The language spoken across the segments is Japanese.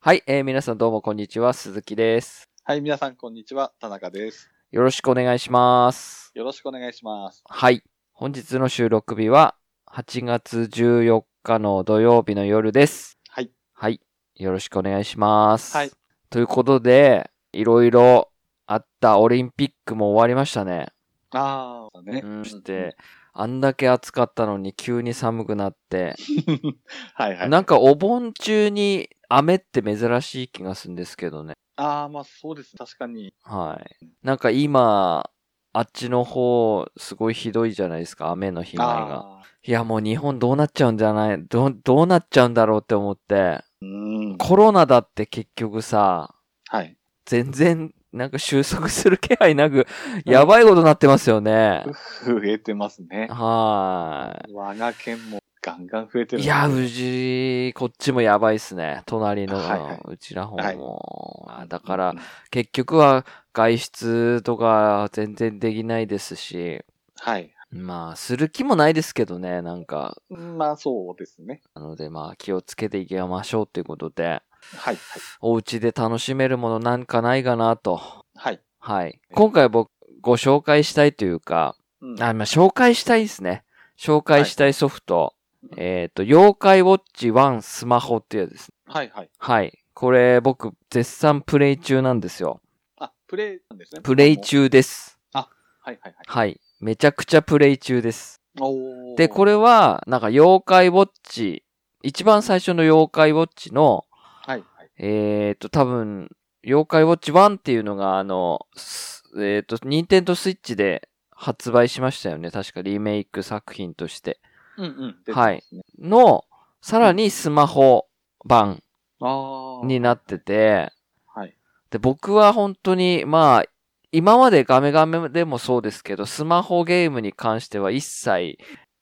はい、えー皆さんどうもこんにちは、鈴木です。はい、皆さん、こんにちは。田中です。よろしくお願いします。よろしくお願いします。はい。本日の収録日は、8月14日の土曜日の夜です。はい。はい。よろしくお願いします。はい。ということで、いろいろあったオリンピックも終わりましたね。ああ、ね。うん。そして、あんだけ暑かったのに急に寒くなって、うん。 はいはい。なんかお盆中に雨って珍しい気がするんですけどね。ああ、まあそうです。確かに。はい。なんか今、あっちの方、すごいひどいじゃないですか、雨の被害が。ああ。いや、もう日本どうなっちゃうんじゃないどう、どうなっちゃうんだろうって思って。うん。コロナだって結局さ、はい。全然、なんか収束する気配なく、やばいことになってますよね。増えてますね。は我が県もガンガン増えてーい。る。いや、うち、こっちもやばいっすね。隣のはいはいうちら方も。あだから、、結局は外出とか全然できないですし。はい。まあ、する気もないですけどね、なんか。まあそうですね。なので、まあ、気をつけていきましょうということで、はい。お家で楽しめるものなんかないかなと。はい。はい。今回僕、ご紹介したいというか、うんあ、まあ、紹介したいですね。紹介したいソフト。はいえっ、と、妖怪ウォッチ1スマホっていうやつです。はいはい。はい。これ、僕、絶賛プレイ中なんですよ。あ、プレイなんですね。プレイ。中です。はいはいはい。はい。めちゃくちゃプレイ中です。おーで、これは、なんか、妖怪ウォッチ、一番最初の妖怪ウォッチの、はいはい。えっ、と、多分、妖怪ウォッチ1っていうのが、あの、すえっ、と、ニンテンドスイッチで発売しましたよね。確かリメイク作品として。うんうん。出てはいますね。の、さらにスマホ版ああ。になってて、はい。で、僕は本当に、まあ、今までガメガメでもそうですけど、スマホゲームに関しては一切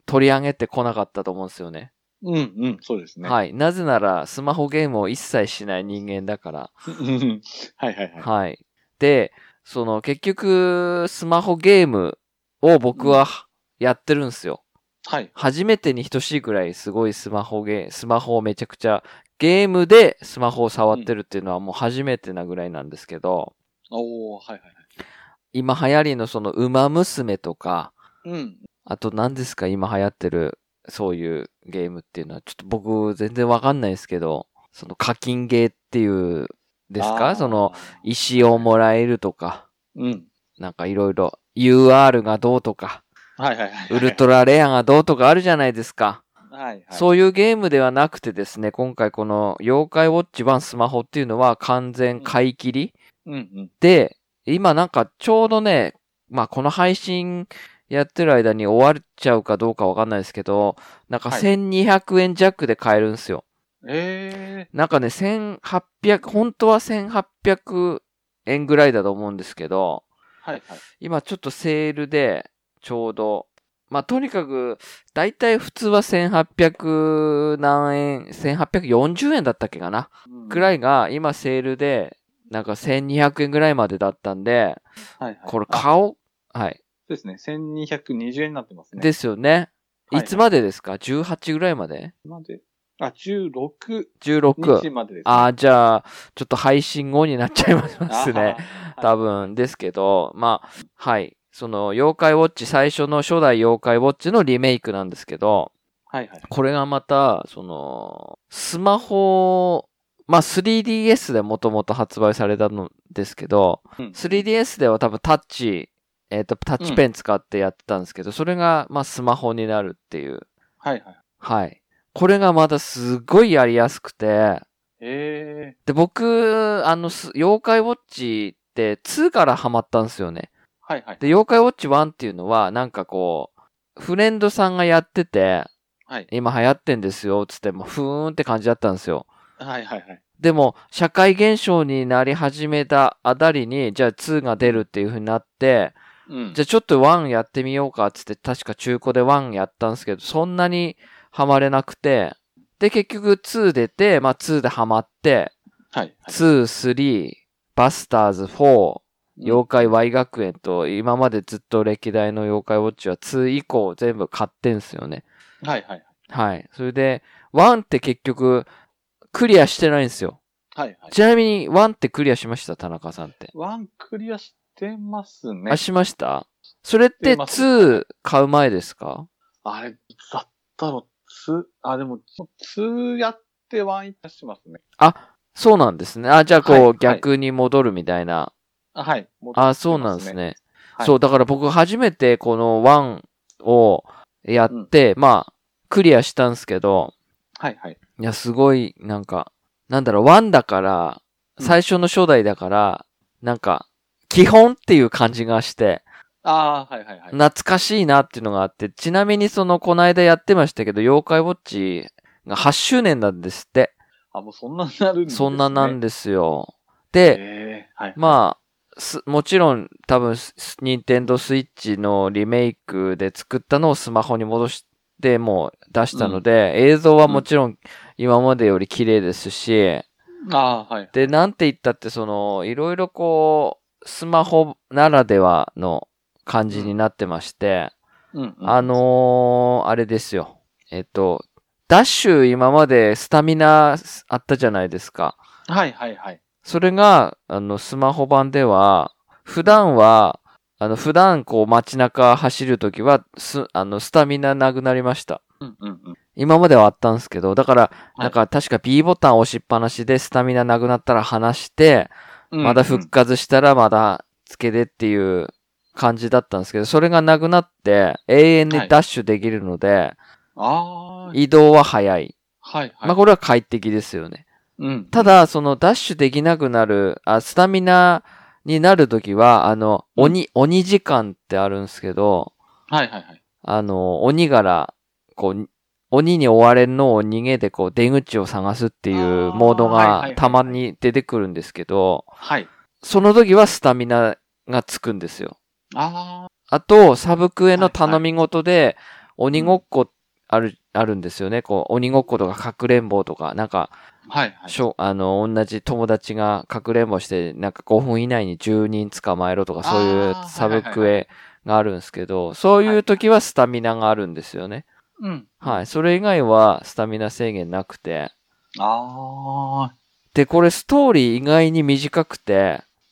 取り上げてこなかったと思うんですよね。うんうん。そうですね。い。はい。なぜなら、スマホゲームを一切しない人間だから。はいはいはい。はい。で、その、結局、スマホゲームを僕はやってるんですよ。はい。初めてに等しいくらいすごいスマホゲー、スマホをめちゃくちゃ、ゲームでスマホを触ってるっていうのはもう初めてなぐらいなんですけど、おおはいはい今流行りのその、ウマ娘とか、はい。うん。あと何ですか今流行ってる、そういうゲームっていうのは、ちょっと僕全然わかんないですけど、その課金ゲーっていう、ですあかーその、、石をもらえるとか、うん。なんかいろいろ、UR がどうとか、はいはいはい。ウルトラレアがどうとかあるじゃないですか。はいはい。そういうゲームではなくてですね、今回この、妖怪ウォッチ版スマホっていうのは完全買い切りうんうん。で、今なんかちょうどね、まあこの配信やってる間に終わっちゃうかどうかわかんないですけど、なんかはい1200円弱で買えるんですよ。ええなんかね、1800、本当は1800円ぐらいだと思うんですけど、はいはい。今ちょっとセールでちょうど、まあとにかく、だいたい普通は1800何円、1840円だったっけかな。ぐらい。いが今セールで、なんか1200円ぐらいまでだったんで、はいはい。これあ顔、はい。そうですね。1220円になってますね。ですよね。はいいつまでですか ?18 ぐらいまでまで。あ、16 ?16 日。までですね。ああ、じゃあ、ちょっと配信後になっちゃいますね。あ ー。多分ですけど、まあ、はい。その、妖怪ウォッチ、最初の初代妖怪ウォッチのリメイクなんですけど、はいはい。これがまた、その、スマホ、まあ 3DS でもともと発売されたんですけど、うん。 3DS では多分タッチ、えっ、と、タッチペン使ってやってたんですけど、それが、まあスマホになるっていう。はいはい。はい。これがまたすごいやりやすくて、ええで、僕、あの、す妖怪ウォッチって2からハマったんですよね。はいはい。で、妖怪ウォッチ1っていうのは、なんかこう、フレンドさんがやってて、はい今流行ってんですよ、つっても、ふーんって感じだったんですよ。はいはいはい。でも、社会現象になり始めたあたりに、じゃあ2が出るっていう風になって、うん。じゃあちょっと1やってみようかっつって、確か中古で1やったんですけど、そんなにハマれなくて、で、結局2出て、まあ2でハマって、はいはい。 2、3、バスターズ4、妖怪 Y 学園と、今までずっと歴代の妖怪ウォッチは2以降全部買ってんすよね。はいはい。はい。それで、1って結局、クリアしてないんですよ。はいはい。ちなみに、ワンってクリアしました田中さんって。ワンクリアしてますねあ、。しましたそれって出ます2買う前ですかあれ、だったろ、ツー、あ、でも、ツーやってワンいたしますね。そうなんですね。あ、じゃあこう、はいはい逆に戻るみたいな。あ、はい。戻ってあ、ますそうなんです。ね。はいそう、だから僕初めてこの1をやって、まあ、クリアしたんですけど、はいはい。いや、すごい、なんか、なんだろう、1だから、うん最初の初代だから、なんか、基本っていう感じがして、ああ、はいはいはい。懐かしいなっていうのがあって、ちなみにその、この間やってましたけど、妖怪ウォッチが8周年なんですって。あ、もうそんなになるんですね。そんななんで。ですよ。で、ええはい。まあ、すもちろん多分、す任天堂スイッチのリメイクで作ったのをスマホに戻して、もう出したので、映像はもちろん今までより綺麗ですし、ああー、はい。で、なんて言ったって、その、いろいろこう、スマホならではの感じになってまして、うん、うん。あ、のーあれですよ。えっと、ダッシュ今までスタミナあったじゃないですか。はいはいはい。それが、あの、スマホ版では、普段は、あの、普段こう街中走るときは、す、あの、スタミナなくなりました。うんうんうん。今まではあったんですけど、だから、いなんか確か B ボタン押しっぱなしでスタミナなくなったら離して、うんまだ復活したらまだつけてっていう感じだったんですけど、それがなくなって、永遠にダッシュできるので、ああ、移動は早い。はいはい。まあこれは快適ですよね。うん。ただ、そのダッシュできなくなる、あ、スタミナになるときは、あの、鬼、鬼時間ってあるんですけど、はいはいはい。あの、鬼から、こう、鬼に追われるのを逃げで、こう、出口を探すっていうあーモードはいはいはいがはいたまに出てくるんですけど、はい。その時はスタミナがつくんですよ。ああと、サブクエの頼み事で、鬼ごっこある、あるんですよね。こう、鬼ごっことか、かくれんぼとか、なんか、あ、はいはい。しょあの、同じ友達がかくれんぼして、なんか5分以内に10人捕まえろとか、そういうあーサブクはいエがあるんですけど、そういう時はスタミナがあるんですよね。うん。はい。それ以外はスタミナ制限なくて。あで、これストーリー意外に短くて、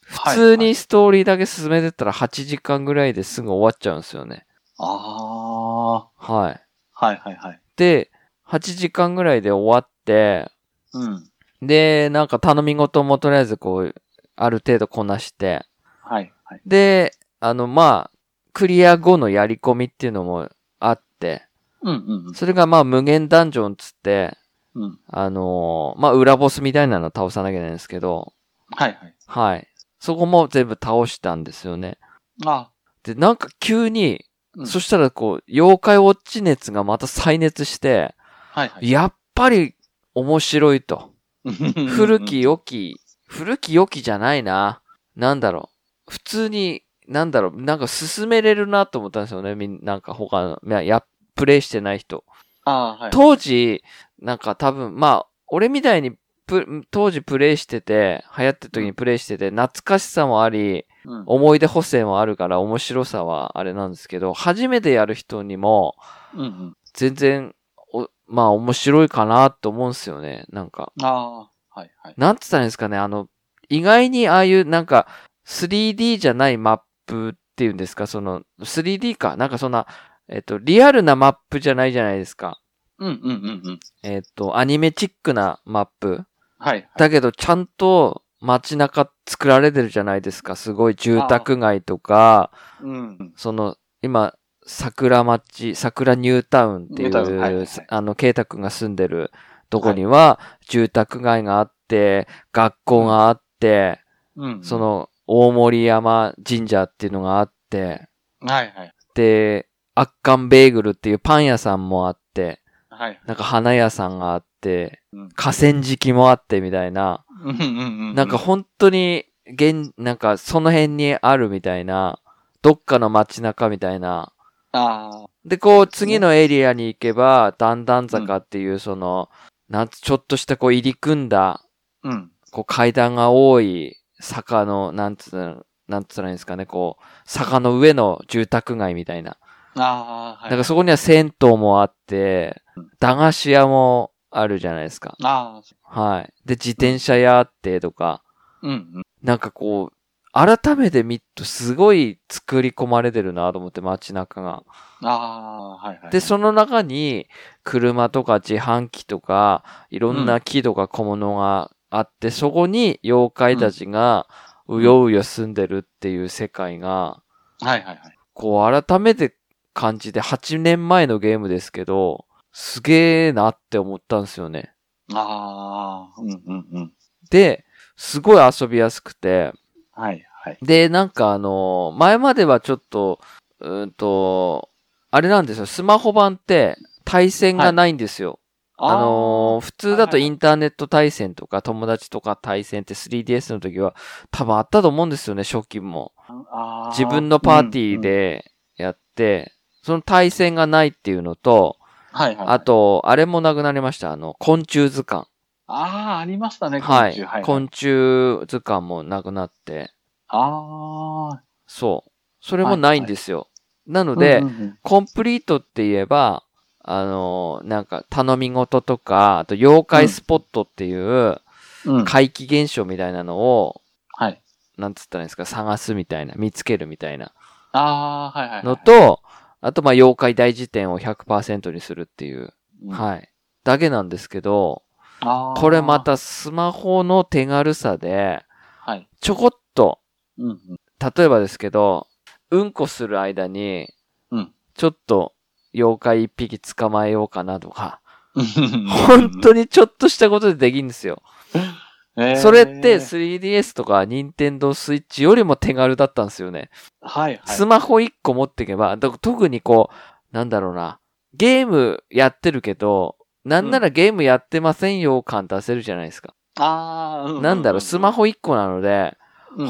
は普い通にストーリーだけ進めてったら8時間ぐらいですぐ終わっちゃうんですよね。あ、あはい。あ、はいはいはい。で、8時間ぐらいで終わって、うん。で、なんか頼み事もとりあえずこう、ある程度こなして、はいはい。で、あの、まあ、クリア後のやり込みっていうのもあって、うんうんそれがまあ、無限ダンジョンっつって、うん。うん。あのーまあ、裏ボスみたいなの倒さなきゃいけないんですけど、はいはい。はい。そこも全部倒したんですよね。あで、なんか急に、うんそしたらこう、妖怪ウォッチ熱がまた再熱して、はいはい。やっぱり面白いと。 古き良き、古き良きじゃないな。なんだろう。普通に、なんだろう、なんか進めれるなと思ったんですよね。みんなんか他の、いやや、プレイしてない人。ああ、はい。当時、なんか多分、まあ、俺みたいにプ、当時プレイしてて、流行ってる時にプレイしてて、懐かしさもあり、うん思い出補正もあるから面白さはあれなんですけど、初めてやる人にも、うんうん。全然、おまあ面白いかなと思うんですよね。なんか。ああ、はいはい。なんつったらいいんですかね、あの、意外にああいうなんか 3D じゃないマップっていうんですか、その 3D か、なんかそんな、えっと、リアルなマップじゃないじゃないですか。うんうんうんうん。えっと、アニメチックなマップ。はい。だけど、ちゃんと街中作られてるじゃないですか。すごい住宅街とか、うん。その、今、桜町、桜ニュータウンっていニュータウンはいはうい、あの、ケイタ君が住んでるとこには、住宅街があって、学校があって、うん。そ、の、大森山神社っていうのがあって、はいはい。で、圧巻ベーグルっていうパン屋さんもあって、はい。なんか花屋さんがあってうん、河川敷もあってみたいな、うんうんうん。なんか、本当に、現、なんかその辺にあるみたいな、どっかの街中みたいな。あで、こう、次のエリアに行けば、段々坂っていう、その、なんつちょっとしたこう入り組んだあ、うん。こう階段が多い坂の、なんつうの、なんつったらいいんですかね、こう、坂の上の住宅街みたいな。ああ、はい。なんかそこには銭湯もあって、駄菓子屋もあるじゃないですか。ああ、そはい。で、自転車やってとか、ううん、うん。なんかこう、改めて見るとすごい作り込まれてるなと思って街中が。ああ、はいはい。で、その中に車とか自販機とかいろんな木とか小物があって、そこに妖怪たちがうようよ住んでるっていう世界が、はいはいはい。こう改めて感じて8年前のゲームですけど、すげえなって思ったんですよね。ああ、うんうんうん。で、すごい遊びやすくて、はいはい。で、なんかあの、前まではちょっと、うーんと、あれなんですよ、スマホ版って対戦がないんですよ。あのー普通だとはいはイいンターネット対戦とか友達とか対戦って 3DS の時は多分あったと思うんですよね、初期も。あー自分のパーティー、でやって、その対戦がないっていうのと、うんうんはいはいはい。あと、あれもなくなりました、あの、昆虫図鑑。ああ、ありましたね、は昆い虫。はい。。昆虫図鑑もなくなって、ああ。そう。それもないんですよ。なので、うんうんうんコンプリートって言えば、あのーなんか頼み事とか、あと妖怪スポットっていううん、怪奇現象みたいなのを、はい。なんつったらいいんですか、探すみたいな、見つけるみたいなああ、はいはいはい。のと、あとまあ妖怪大辞典を100%にするっていう、うん、はい。だけなんですけど、あーこれま、たスマホの手軽さで、はい。ちょこっと、うんうん。例えばですけど、うんこする間に、うんちょっと妖怪一匹捕まえようかなとか、本本当にちょっとしたことでできるんですよ。にそれって 3DS とか Nintendo Switch よりも手軽だったんですよね。はいはい。スマホ1個持っていけば、だ特にこう、なんだろうな、ゲームやってるけど、なんならゲームやってませんよ感出せるじゃないですか。ああ、ううなんだろう、スマホ1個なので、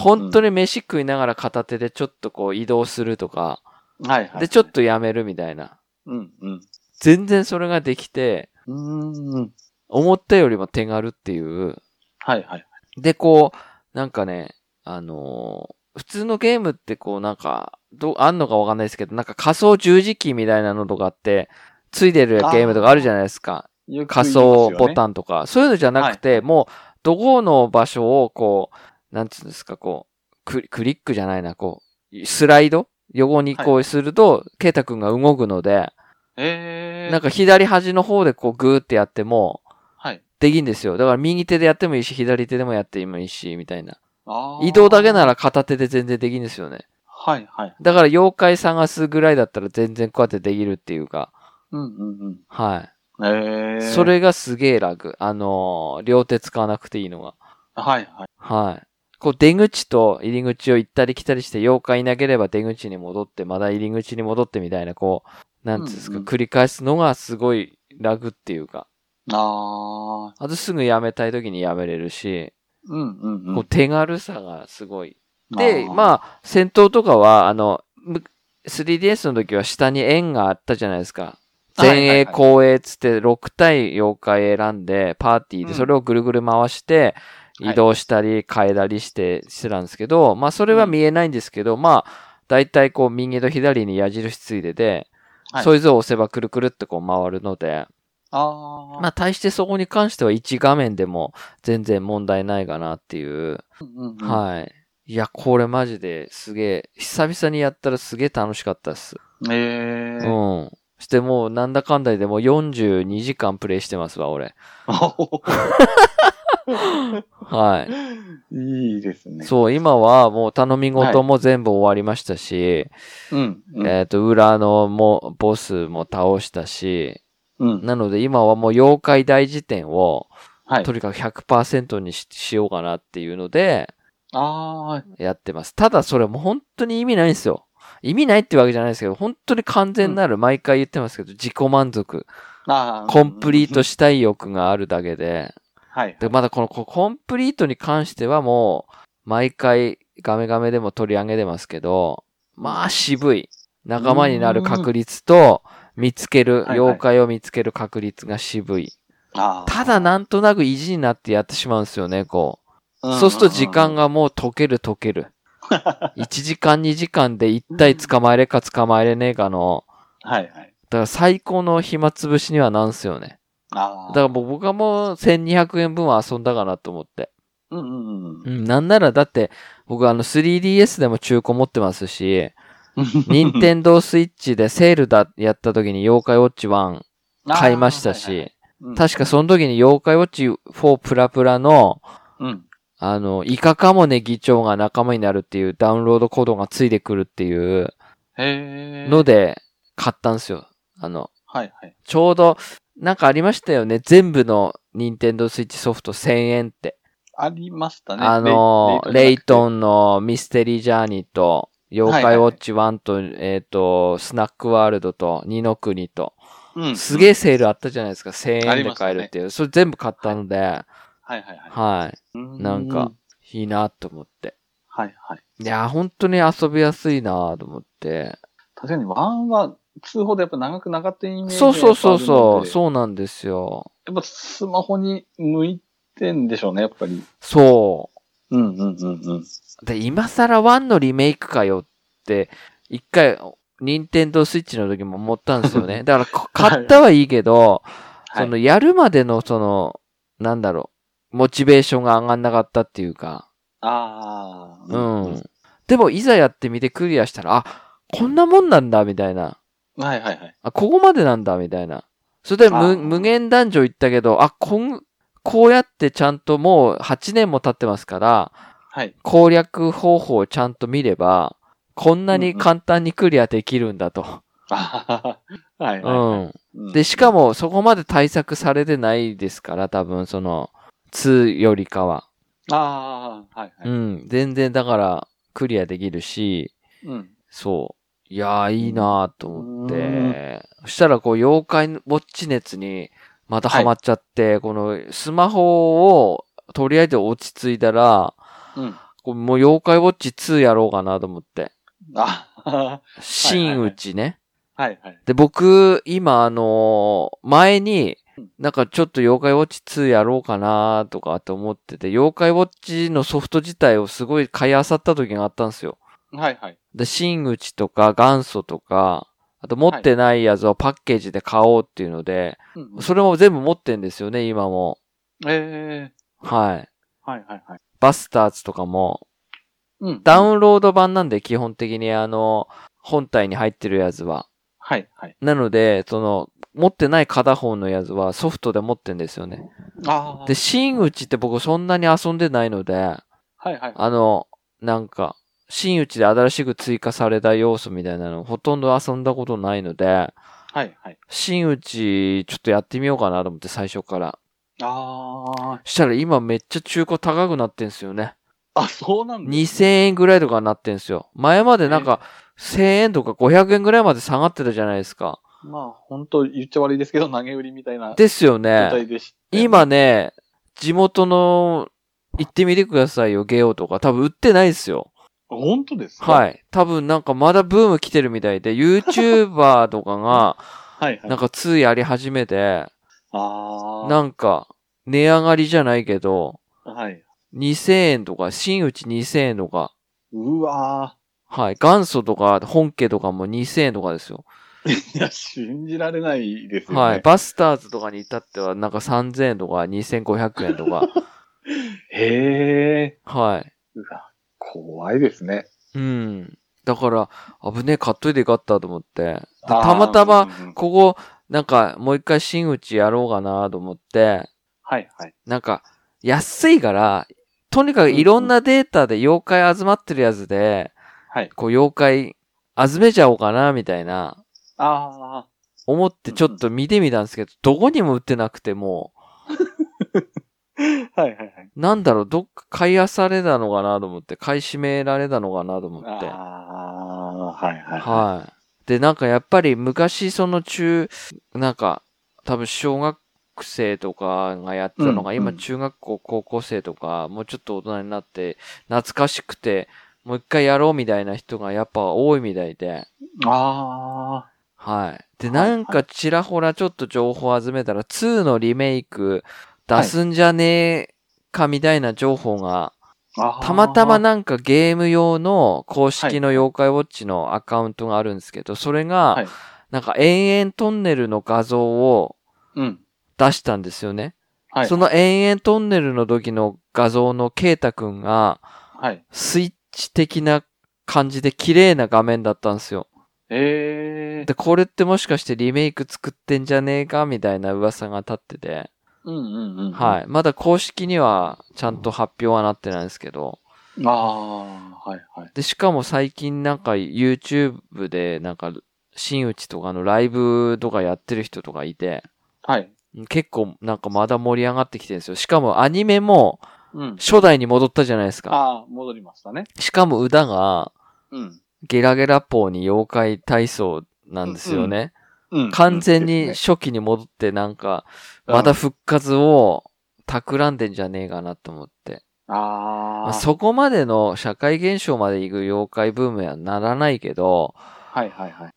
本当に、に飯食いながら片手でちょっとこう移動するとか、はいはい。で、ちょっとやめるみたいな。うんうん。全然それができて、うーん。思ったよりも手軽っていう、はいはい。で、こう、なんかね、あのー普通のゲームってこうなんか、どう、あんのかわかんないですけど、なんか仮想十字キーみたいなのとかって、ついてるゲームとかあるじゃないですか。よく言いま仮す想よねボタンとか。そういうのじゃなくて、もう、どこの場所をこう、なんつうんですか、こう、クリクリックじゃないな、こう、スライド横にこうすると、ケイタくんが動くので、ええ。なんか左端の方でこうグーってやっても、はい。できんですよ。だから右手でやってもいいし、左手でもやってもいいし、みたいな。あー移動だけな。ら片手で全然できるんですよね。はいはい。だから妖怪探すぐらいだったら全然こうやってできるっていうか、うんうんはうん。えい。え。そ。れがすげえ楽。あのー両手使わなくていいのが。はいはい。はい。こう出口と入り口を行ったり来たりして妖怪いなければ出口に戻って、まだ入り口に戻ってみたいな、こう、なんつうんですか、うんうん繰り返すのがすごい楽っていうか。ああ。あとすぐやめたい時にやめれるし、うんうんう。こうん手軽さがすごいで、あまあ、戦闘とかは、あの、む 3DS の時は下に円があったじゃないですか。はいはい前はい衛、後衛つって6体妖怪選んで、パーティーでうんそれをぐるぐる回して、はい移動したり変えたりして、してたんですけど、まあそれは見えないんですけど、まあ、だいたいこう右と左に矢印ついてて、はいそいつを押せばくるくるってこう回るので、あー。まあ対してそこに関しては1画面でも全然問題ないかなっていううんうんはい。いや、これマジですげえ、久々にやったらすげえ楽しかったっす。い。ええ。うん。してもうなんだかんだでもう42時間プレイしてますわ、俺。は うんいいですい。ね。そう、今はもう頼み事も全部終わりましたし、うんうん。えっ、と、裏のも、ボスも倒したし、うん。なので今はもう妖怪大辞典を、はいと。にかく100%にししようかなっていうので、あやってます。ただそれもう本当に意味ないんですよ。意味ないってわけじゃないですけど、本当に完全なる、毎回言ってますけど、自己満足。あ。ああ。コンプリートしたい欲があるだけで。はい。で、まだこのこコンプリートに関してはもう、毎回ガメガメでも取り上げてますけど、まあ渋い。仲間になる確率と、見つける、はいはい妖怪を見つける確率が渋い。あーただ、なんとなく意地になってやってしまうんですよね、こう。そうすると時間が。がもう解ける解け る。1時間2時間で1体捕まえれか捕まえれねえかの、はいはい。だから最高の暇つぶしにはなんすよね。あだかあ。らもう僕はもう1200円分は遊んだかなと思って。うんうんう。うんん、なんならだって、僕あの 3DS でも中古持ってます し、任 天天堂スイッチでセールだ、やった時に妖怪ウォッチ1買いましたし、確かその時に妖怪ウォッチ4プラプラの、うん。あの、イカカモネ議長が仲間になるっていうダウンロードコードがついてくるっていうへえ。ので買ったんですよ。あの、はいはい。ちょうど、なんかありましたよね。全部の任天堂スイッチソフト1000円って。ありましたね。あのー、レイトン。ンのミステリージャーニーと、妖怪ウォッチ1と、えっ、と、スナックワールドと、二の国と、うん。すげえ。えセールあったじゃないですか。あ1000円りでました買ねえるっていう。それ全部買ったので、はい、はいはいはい。うなんか。いいなと思って。はいはい。いやー、本当に遊びやすいなと思って。確かにワンは、通報でやっぱ長くなかったイメージそうそうそうがあるそのう、でそうなんですよ。やっぱスマホに向いてんでしょうね、やっぱり。そうんうんうんうん。う。で、今更1のリメイクかよって、一回、任天堂スイッチの時も思ったんですよ ね。だからこ、買ったはいいけど、はそいの、やるまでの、その、なんだろう、モチベーションが上がんなかったっていうか、ああ。うん。でも、いざやってみてクリアしたら、あ、こんなもんなんだ、みたいな。はいはいはい。あ、ここまでなんだ、みたいな。それであ無、ー無限ダンジョン行ったけど、あ、こん、こうやってちゃんともう8年も経ってますから、はい。 攻略方法をちゃんと見れば、こんなうにんうん簡単にクリアできるんだと。ああ。はいはいうはん。い。うんで、しか、もそこまで対策されてないですから、多分その、2よりかは。ああ、はいはうい。ん。全然だから、クリアできるし、うん。そう。いやー、いいなーと思っうてん。そしたら、こう、妖怪ウォッチ熱に、またハマっちゃって、この、スマホを、とりあえず落ち着いたら、うん。こうもう妖怪ウォッチ2やろうかなと思って。ああ、 真打ちね。はいはい。で、僕、今、あのー前にうん、なんかちょっと妖怪ウォッチ2やろうかなとかって思ってて、妖怪ウォッチのソフト自体をすごい買い漁った時があったんですよ。はいはい。で、真打ちとか元祖とか、あと持ってないやつをパッケージで買おうっていうので、うんそれも全部持ってんですよね、今も。ええはい。はいはいはい。バスターズとかも、うん。ダン。ウンロード版なんで基本的にあの、本体に入ってるやつは。はいはい。なので、その、持ってない片方のやつはソフトで持ってんですよね。ああ。で、真打ちって僕そんなに遊んでないので、はいはい。あの、なんか、真打ちで新しく追加された要素みたいなのほとんど遊んだことないので、はいはい。真打ちちょっとやってみようかなと思って最初から。ああ。したら今めっちゃ中古高くなってんすよね。あ、そうなんだ。 2000円ぐらいとかになってんすよ。前までなんか1000円とか500円ぐらいまで下がってたじゃないですか。まあ、本当言っちゃ悪いですけど、投げ売りみたいな状ですよね。態でしたよね。今ね、地元の、行ってみてくださいよ、ゲオとか。多分売ってないですよ。本当ですかはい。多分なんかまだブーム来てるみたいで、YouTuber とかが、はいはい。なんか2やり始めて、ああ。なんか、値上がりじゃないけど、はい。 2000円とか、新内2000円とか、うわはい。元祖とか、本家とかも2000円とかですよ。ーいや、信じられないですよね。はい。バスターズとかに至っては、なんか3000円とか、2500円と か、へえ。はい。うわ、怖いですね。うん。だから、危ねえ、買っといてよかったと思って。あーたまたうま、んうんここ、なんか、もう一回真打ちやろうかなと思って、はいはい。なんか、安いから、とにかくいろんなデータで妖怪集まってるやつで、はい。こう、妖怪集めちゃおうかな、みたいな、あ思ってちょっと見てみたんですけど、どこにも売ってなくても あ。はいはいはい。う、なんだろう、どっか買い漁れたのかなと思って、買い占められたのかなと思って。ああー、はいはい。はい。で、なんかやっぱり昔その中、なんか多分小学生とかがやってたのが、うん今うん中学校、高校生とか、もうちょっと大人になって、懐かしくて、もう一回やろうみたいな人がやっぱ多いみたいで、はい。あで、はいはいなんかちらほらちょっと情報集めたら、2のリメイク出すんじゃねえかみたいな情報が、ーあー。たまたまなんかゲーム用の公式の妖怪ウォッチのアカウントがあるんですけど、それが、はいなんか延々トンネルの画像をうん。出したんですよね。はい。その延々トンネルの時の画像のケイタくんが、はい。スイッチ的な感じで綺麗な画面だったんですよ。ええー。で、これってもしかしてリメイク作ってんじゃねえかみたいな噂が立ってて。うんうんうん。はい。まだ公式にはちゃんと発表はなってないんですけど。い。ああ、はいはい。で、しかも最近なんか YouTube でなんか新内とかのライブとかやってる人とかいて、はい。結構なんかまだ盛り上がってきてるんですよ。しかもアニメもうん。初代に戻ったじゃないですか。ああ、戻りましたね。しかも歌がうん。ゲラゲラポーに妖怪体操なんですよね。うん。完全に初期に戻ってなんか、うんまた復活を企んでんじゃねえかなと思って。あまああ、そこまでの社会現象まで行く妖怪ブームにはならないけど、はいはいはい。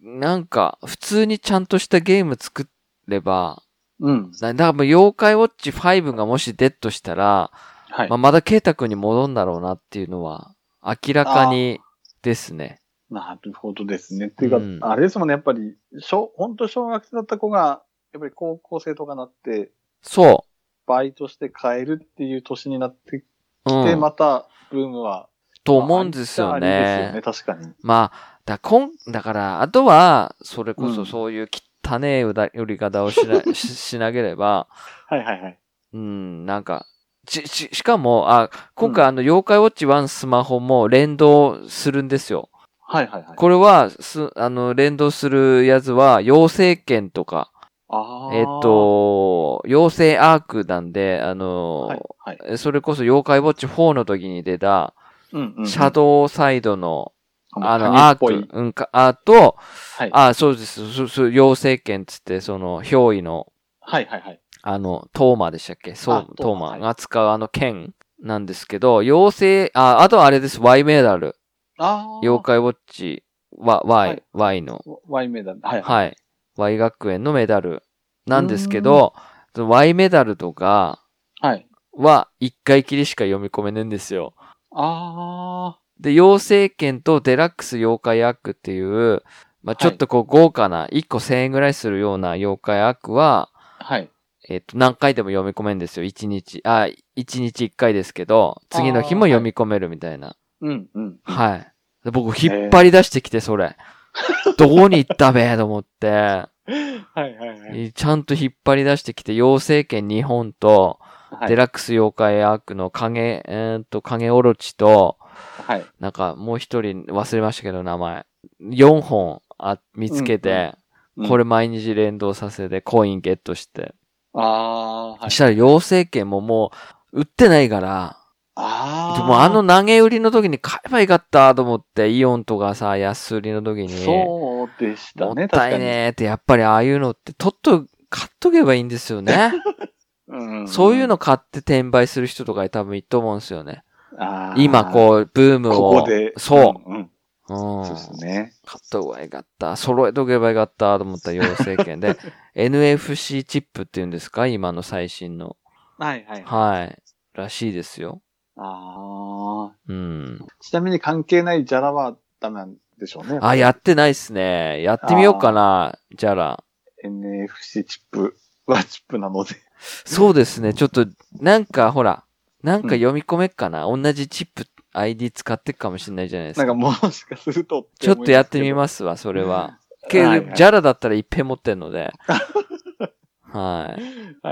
なんか、普通にちゃんとしたゲーム作れば、うん。なだからもう妖怪ウォッチ5がもしデッドしたら、はいまあ、。まだケイタ君に戻んだろうなっていうのは、明らかにですね。なるほどですね。っていうか、うんあれですもんね、やっぱり、小、本当小学生だった子が、やっぱり高校生とかなって、そバイトして買えるっていう年になってきう。うて、ん。また、ブームは、と思うんですよまあありね。ですよね、確かに。まあ、だこん、だから、あとは、それこうそんそういう汚ねえうだ売り方をし な、ししなければ、はいはいはい。うん、なんか、し、し、しかも、あ、今う回んあの、妖怪ウォッチ1スマホも連動するんですよ。はいはいはい。これは、す、あの、連動するやつは、妖精剣とか、ああ。えっ、、と、妖精アークなんで、あの、はいはい。それこそ妖怪ウォッチ4の時に出た、うんうん。シャドウサイドの、うん、あの、紙アっぽいーク、うんか、あと、はい。あ、そうです。そそう、妖精剣つって、その、憑依の、はいはいはい。あの、トーマでしたっけそう、トトーーママが使うあの剣なんですけど、妖精、あ、あとはあれです、Y メダル。ああ。妖怪ウォッチ、わ Y、はい Y の、 Y メダル。はいはい。はい。Y 学園のメダルなんですけど、その Y メダルとかはい。は一回きりしか読み込めねえんですよ。あで、妖精剣とデラックス妖怪アークっていう、まあ、ちょっとこう豪華な、1個1000円ぐらいするような妖怪アークは、あ。はい。えっ、と、何回でも読み込めるんですよ。1日、あ、1日1回ですけど、次の日もあー読み込めるみたいな。うんうん。はい。で僕、引っ張り出してきて、それ。どこに行ったべと思 って、はいはいはい。ちゃんと引っ張り出してきて、妖精剣2本と、はデい。ラックス妖怪アークの影、えーっと、影オロチと、はい。なんかもう一人忘れましたけど、名前。4本あ見つけて、うんこれ。毎日連動させて、コインゲットして。ああー。はいし。たら妖精券ももう、売ってないから、ああ。もうあの投げ売りの時に買えばよかったと思って、イオンとかさ、安売りの時に。そうでしたもね、ったい確ねーって、やっぱりああいうのって、とっと、買っとけばいいんですよ ね。かに。んそういうの、買って転売する人とか多分いいと思うんですよね。あー今こう、ブームを。ここで。。そううん。う。そううんで。すね。買った方がよかった。揃えとけばよかったと思った妖精券 で、NFC チップっていうんですか今の最新の。はいはい。あはい。らしいですよ。あうん。ー。ちなみに関係ないジャラはダメなんでしょうね。あ、やってないっすね。やってみようかな、じゃら。 NFC チップはチップなので。そうですね。ちょっと、なんかほら、なんか読み込めっかな。同じチップ、ID 使ってっかもしれないじゃないですなか。んかもしかするとちょっとやってみすますわ、そけれど。は。けはど、いはいジャラだったらいっぺん持ってんの で。はい。は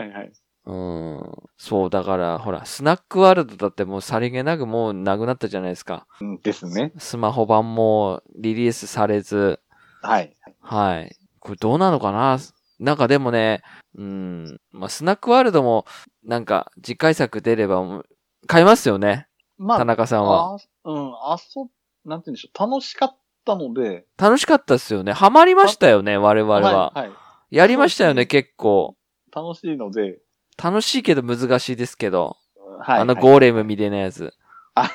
いはい。うん。そう、だから、ほら、スナックワールドだってもうさりげなくもうなくなったじゃないですか。うんですね。スマホ版もリリースされず。はい。はい。これどうなのかななんかでもね、うん。まあ、スナックワールドも、なんか、次回作出ればもう、買いますよね。ま田中さんは。あ、うん、あそ、なんて言うんでしょう、楽しかったので、楽しかったですよね。ハマりましたよね、我々は。はい、はい、やりましたよね、そう結構。楽しいので、楽しいけど難しいですけど。はい。あのーゴーレムみたいなやつあ。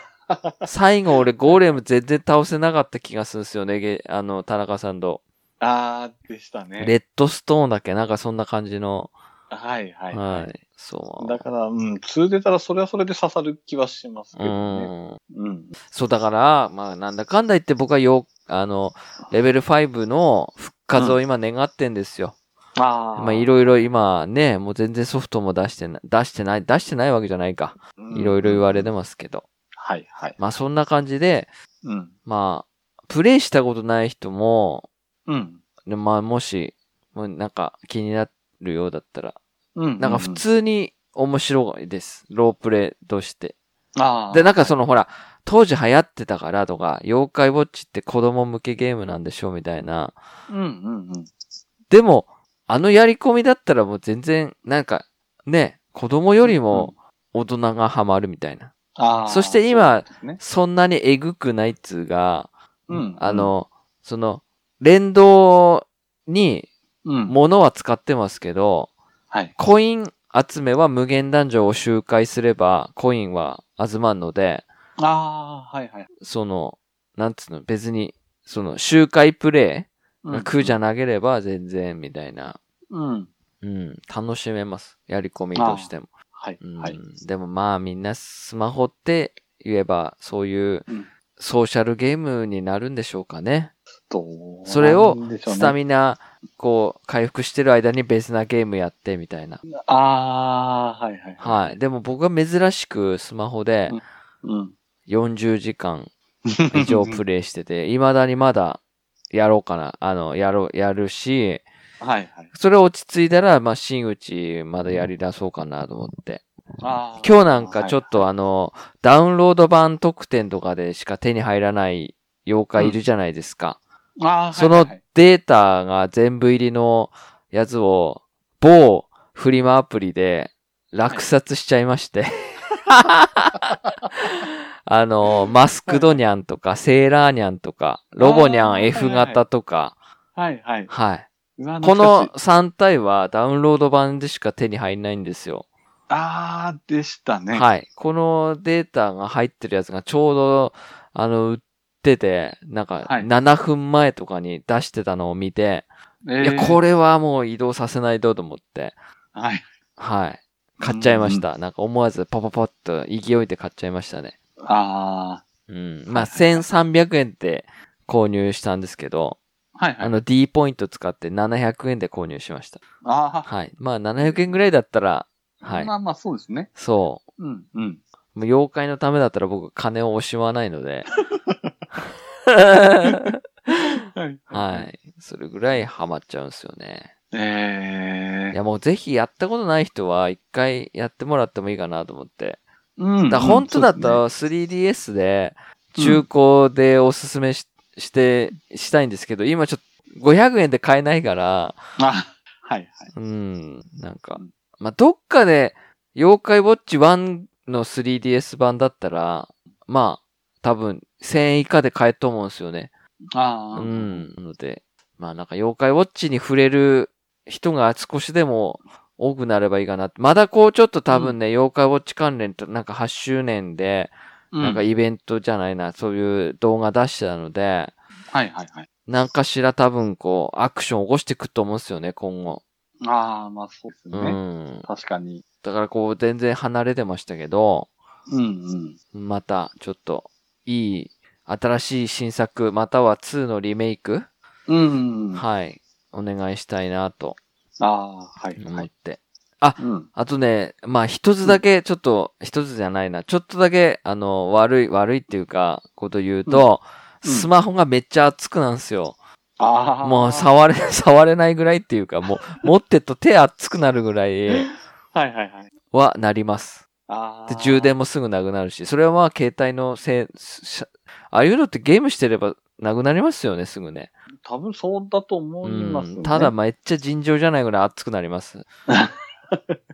最後俺ゴーレム全然倒せなかった気がするんですよね。げあの、田中さんと。あーでしたね。レッドストーンだっけなんかそんな感じの。はいは。はいい。そう。だから、うん、通出たらそれはそれで刺さる気はしますけうどね。ん。うん。そうだから、まあなんだかんだ言って僕はよ、あの、レベル5の復活を今願ってんですよ。ああ。まあ、いろいろ今ね、もう全然ソフトも出してな、出してない、出してないわけじゃないか。いろいろ言われても。ますけど。はい、はい。まあ、そんな感じで、うん。まあ、プレイしたことない人も、うん。ねまあ、もし、もうなんか気になるようだったら、うん。なんか普。通に面白いです。ロープレイとして。ああ。で、なんかそのほら、当時流行ってたからとか、妖怪ウォッチって子供向けゲームなんでしょみたいな。うん、うん、うん。でも、あのやり込みだったらもう全然、なんか、ね、子供よりも大人がハマるみたいな。ああ。そして今そうですね、そんなにえぐくないっつうが、うんあの、その、連動にうん。物は使ってますけど、はい。コイン集めは無限ダンジョンを周回すれば、コインは集まんので、ああ、はい、はい。その、なんつうの、別に、その、周回プレイうがん苦じゃなければ全然、みたいな。うん。うん、楽しめます。やり込みとしても。はい、うんはい。でもまあみんなスマホって言えばそういううんソーシャルゲームになるんでしょうかね。どうそれをなんでしょうねスタミナ、こう、回復してる間に別なゲームやってみたいな。ああ、はいはい。はい。でも僕は珍しくスマホでうん。 40時間以上プレイして て、未だにまだやろうかな。あの、やろう、やるし、はいはい。それ落ち着いたら、まあ、真打ちまだやり出そうかなと思って。あー今日なんかちょっはとあの、ダウンロード版特典とかでしか手に入らない妖怪いるじゃないですか。いはい、あーそはいのはいデータが全部入りのやつを某フリマアプリで落札しちゃいま して。あの、マスクドニャンとか、セーラーニャンとか、ロボニャあンー F 型とか、はいはい。はい。うわこ、の懐かしい3体はダウンロード版でしか手に入んないんですよ。ああ、でしたね。い。はい。このデータが入ってるやつがちょうど、あの、売ってて、なんか、はい7分前とかに出してたのを見て、えいや、これはもう移動させないとと思って、れ。はい。はい。買っちゃいました。なんか思わずパパパッと勢いで買っちゃいましたね。あうん。まあ、1300円で購入したんですけど、あ、はいはい。あの D ポイント使って700円で購入しました。あはい。まあ、700円ぐらいだったら、あ、はいま。あまあ、そうですね。そう。うん、うん。もう妖怪のためだったら僕金を惜しまないので。はい。はい。それぐらいハマっちゃうんですよね。えいえー。やもうぜひやったことない人は一回やってもらってもいいかなと思って。うん。だ本当だったうんら 3DS で中古でおすすめしして、したいんですけど、今ちょっと500円で買えないから、そうですねあはいはい。うん、なんかうん、まあ、どっかで、妖怪ウォッチ1の 3DS 版だったら、まあ、多分、1000円以下で買えると思うんですよね。ああ、う。ん。なので、まあなんか妖怪ウォッチに触れる人が少しでも多くなればいいかな。まだこうちょっと多分ね、妖怪ウォッチ関連となんか8周年で、ななんんかか、はいイベントじゃないな、そういう動画出してたので、はいはい。なんかしら多分こう、アクション起こしてくと思うんですよね、今後。ああ、まあそうですうね。ん。確かに。だからこう、全然離れてましたけど、うんうん。また、ちょっと、いい、新しい新作、または2のリメイク、うん、うん。あはい、お願いしたいなとあー、はい思はっい。て。うん。あとね、まあ一つだけ、ちょっと、一つじゃないな、ちょっとだけ、あの、悪い、悪いっていうか、こと言うと、うんスマホがめっちゃ熱くなんですよ。ああ。もう触れ、 触れないぐらいっていうか、 もう、持ってっと手熱くなるぐらいはいはいはい。はなります。ああ。で、充電もすぐなくなるし、それはまあ携帯のせい、しああいうのってゲームしてればなくなりますよね、すぐね。多分そうだと思ういますね。ん。ただ、めっちゃ尋常じゃないぐらい熱くなり ます。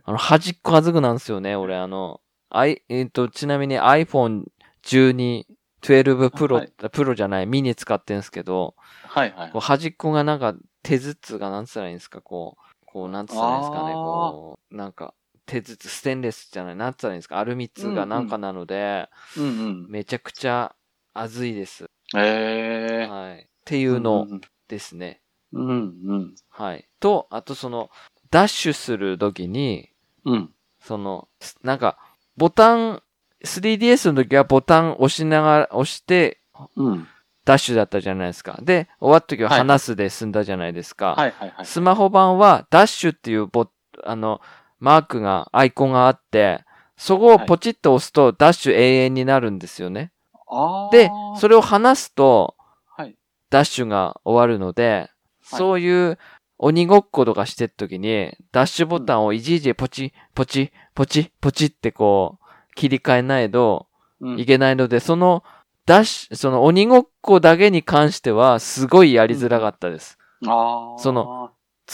あの、端っこ熱くなんですよね、俺。あの、あい、えっ、と、ちなみに iPhone12、12 Pro、はいプロじゃない、ミニ使ってんですけど、はいはいこう。端っこがなんか手筒がなんつったらいいんですか、こう、こうなんつったらいいんですかね、あーこう、なんか手筒、ステンレスじゃない、なんつったらいいんですか、アルミツがなんかなので、うんうん。めちゃくちゃ熱いです。ええー。はい。っていうの。ですね。うんうん。はい。と、あとその、ダッシュするときに、うん。その、すなんか、ボタン、3DS の時はボタン押しながら、押して、うん。ダッシュだったじゃないですか。で、終わった時ははい話すで済んだじゃないですか。はいはいはい。スマホ版はダッシュっていうボあの、マークが、アイコンがあって、そこをポチッと押すとダッシュ永遠になるんですよね。あーで、それを離すとはい。ダッシュが終わるので、そういう鬼ごっことかしてる時に、ダッシュボタンをいちいちポチ、ポチ、ポチ、ポチってこう、切り替えないとうんいけないので、その、ダッシュ、その鬼ごっこだけに関しては、すごいやりづらかったです。あーその、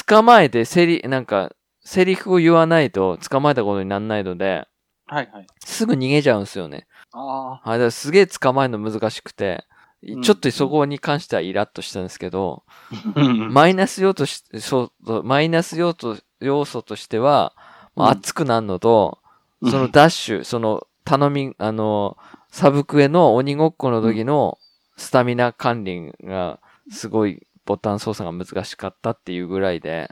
捕まえて、セリ、なんか、セリフを言わないと、捕まえたことにならないので、はいはい。すぐ逃げちゃうんですよね。ああだからすげえ捕まえるの難しくて、うんちょっとそこに関してはイラッとしたんですけど、ー。マイナス要素しそう、マイナス要素要素としては、まあ、うん熱くなるのと、そのダッシュ、その頼み、あの、サブクエの鬼ごっこの時のスタミナ管理がすごいボタン操作が難しかったっていうぐらいで、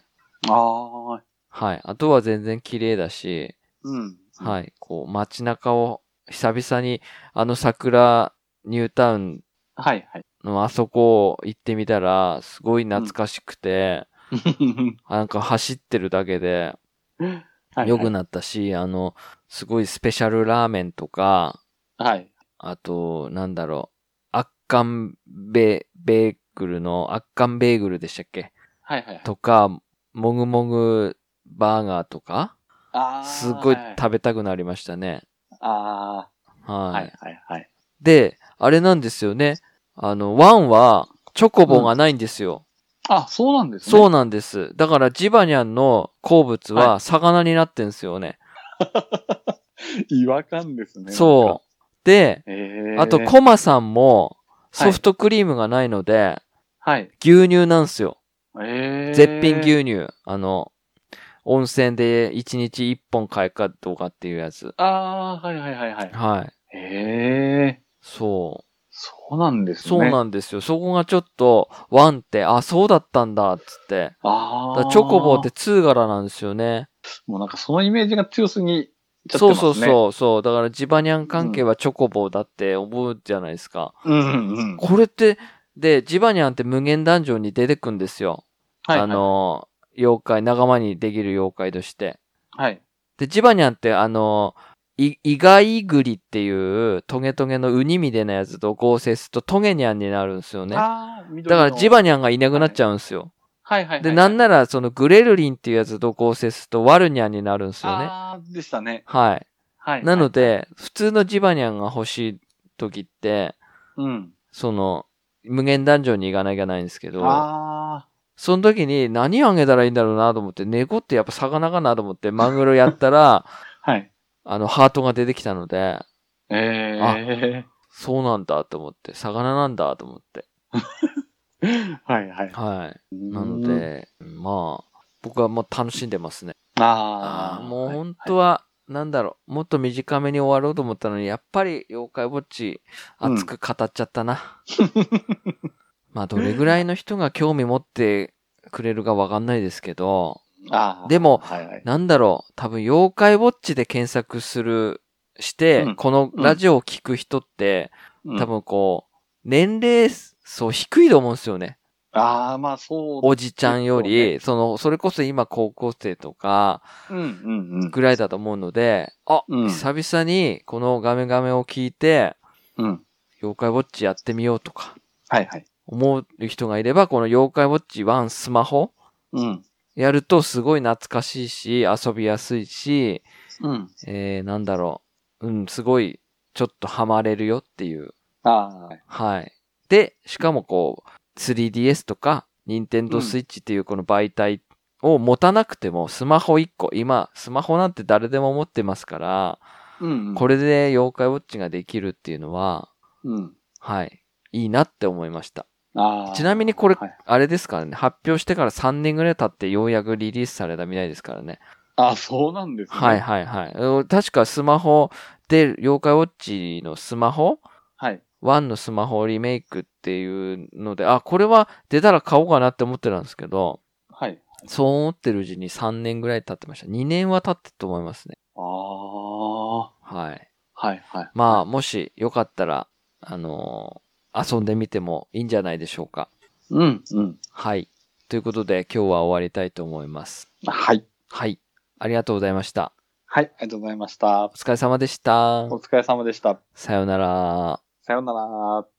ああー。はい。あとは全然綺麗だし、うん。い。はい。こう街中を久々にあの桜ニュータウンはいはい。のあそこ行ってみたら、すごい懐かしくて、なんか走ってるだけではい良くなったし、あの、すごいスペシャルラーメンとか、はい。あと、なんだろう、圧巻ベ、ベーグルの、圧巻ベーグルでしたっけはいはいはい。とか、もぐもぐバーガーとか、あーすごいはい食べたくなりましたね。ああ。ははいい。はいはい。で、あれなんですよね。あの、ワンは、チョコボがないんですよ。あ、そうなんですね。そうなんです。だからジバニャンの好物は魚になってんすよね。違和感ですね。そう。で、う。ええ。あとコマさんもソフトクリームがないので、はい。牛乳なんすよ。ええ。絶品。牛乳。あの、温泉で1日1本買えかどうかっていうやつ。ああ、はいはいはいはい。はい。ええ。そそうなんでう。すね。そうなんですよ。そこがちょっと、ワンって、あ、そうだったんだ、っつって。あだか。あらチョコボって。2柄なんですよね。もうなんかそのイメージが強すぎちゃってますそうそうね。そうそう。だからジバニャン関係はチョコボだって思うじゃないですか。う。うんうん。これって、で、ジバニャンって無限ダンジョンに出てくんですよ。はいはいあ、の、妖怪、仲間にできる妖怪として。はい。で、ジバニャンってあの、イイガイグリっていうトゲトゲのウニみたいなやつと合成するとトゲニャンになるんですよね。だああ、緑のからジバニャンがいなくなっちゃうんですよ。はいはいはい。で、なんでならそのグレルリンっていうやつと合成するとワルニャンになるんですよね。ああ、でしたね。はい。はい。なの、で、普通のジバニャンが欲しい時って、うん。その、無限ダンジョンに行かなきゃいけないんですけど、あその時に何あげたらいいんだろうなと思って、猫ってやっぱ魚かなと思って、マグロやったら、 あ、はい。あの、ハートが出てきたので、えそうなんだと思って、魚なんだと思って。えー。はいはい。はい。ななの。で、まあ、僕はもう楽しんでますね。あああ、あー、もう本当は、なんだろう、もっと短めに終わろうと思ったのに、やっぱり妖怪ウォッチ熱く語っちゃったな。 まあ、どれぐらいの人が興味持ってくれるかわかんないですけど、ああ。でもはいはい。なんだろう、多分妖怪ウォッチで検索する、して、うんこのラジオを聞く人って、うん多。分こう、年齢層低いと思うんですよね。ああ、まあそう。おじちゃんより、その、それこそ今高校生とか、うんうんうん。ぐらいだと思うので、あ、うん久々にこのガメガメを聞いて、うん。妖怪ウォッチやってみようとか、はいはい。思う人がいれば、この妖怪ウォッチ1スマホうん。やるとすごい懐かしいし、遊びやすいし、うん。えー、なんだろう。うん、すごい、ちょっとハマれるよっていう。ああ。はい。で、しかもこう、3DS とか、う Nintendo ん Switch っていうこの媒体を持たなくても、スマホ1個、今、スマホなんて誰でも持ってますから、うん。これ。れで妖怪ウォッチができるっていうのは、うん。はい、いいなって思いました。ああ。ちなみにこれはいあれですからね、発表してから3年ぐらい経ってようやくリリースされたみたいですからね。ああ、そうなんですね。はい。はいはいうん。確かスマホで、妖怪ウォッチのスマホはい。 1のスマホリメイクっていうので、あ、これは出たら買おうかなって思ってたんですけど、はい。そう思ってるうちに3年ぐらい経ってました。2年は経ってると思いますね。ああ。はい。はいはい。まあ、もしよかったら、あの遊んでみてもいいんじゃないでしょうか。うん、うん。はい。ということで、今日は終わりたいと思います。はい。はい。ありがとうございました。はい、ありがとうございましたお。疲れ様でしたお。疲れ様でした。さようなら。さようなら。